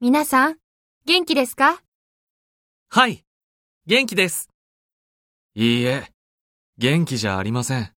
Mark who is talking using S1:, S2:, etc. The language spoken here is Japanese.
S1: 皆さん、元気ですか
S2: はい、元気です。いいえ、元気じゃありません。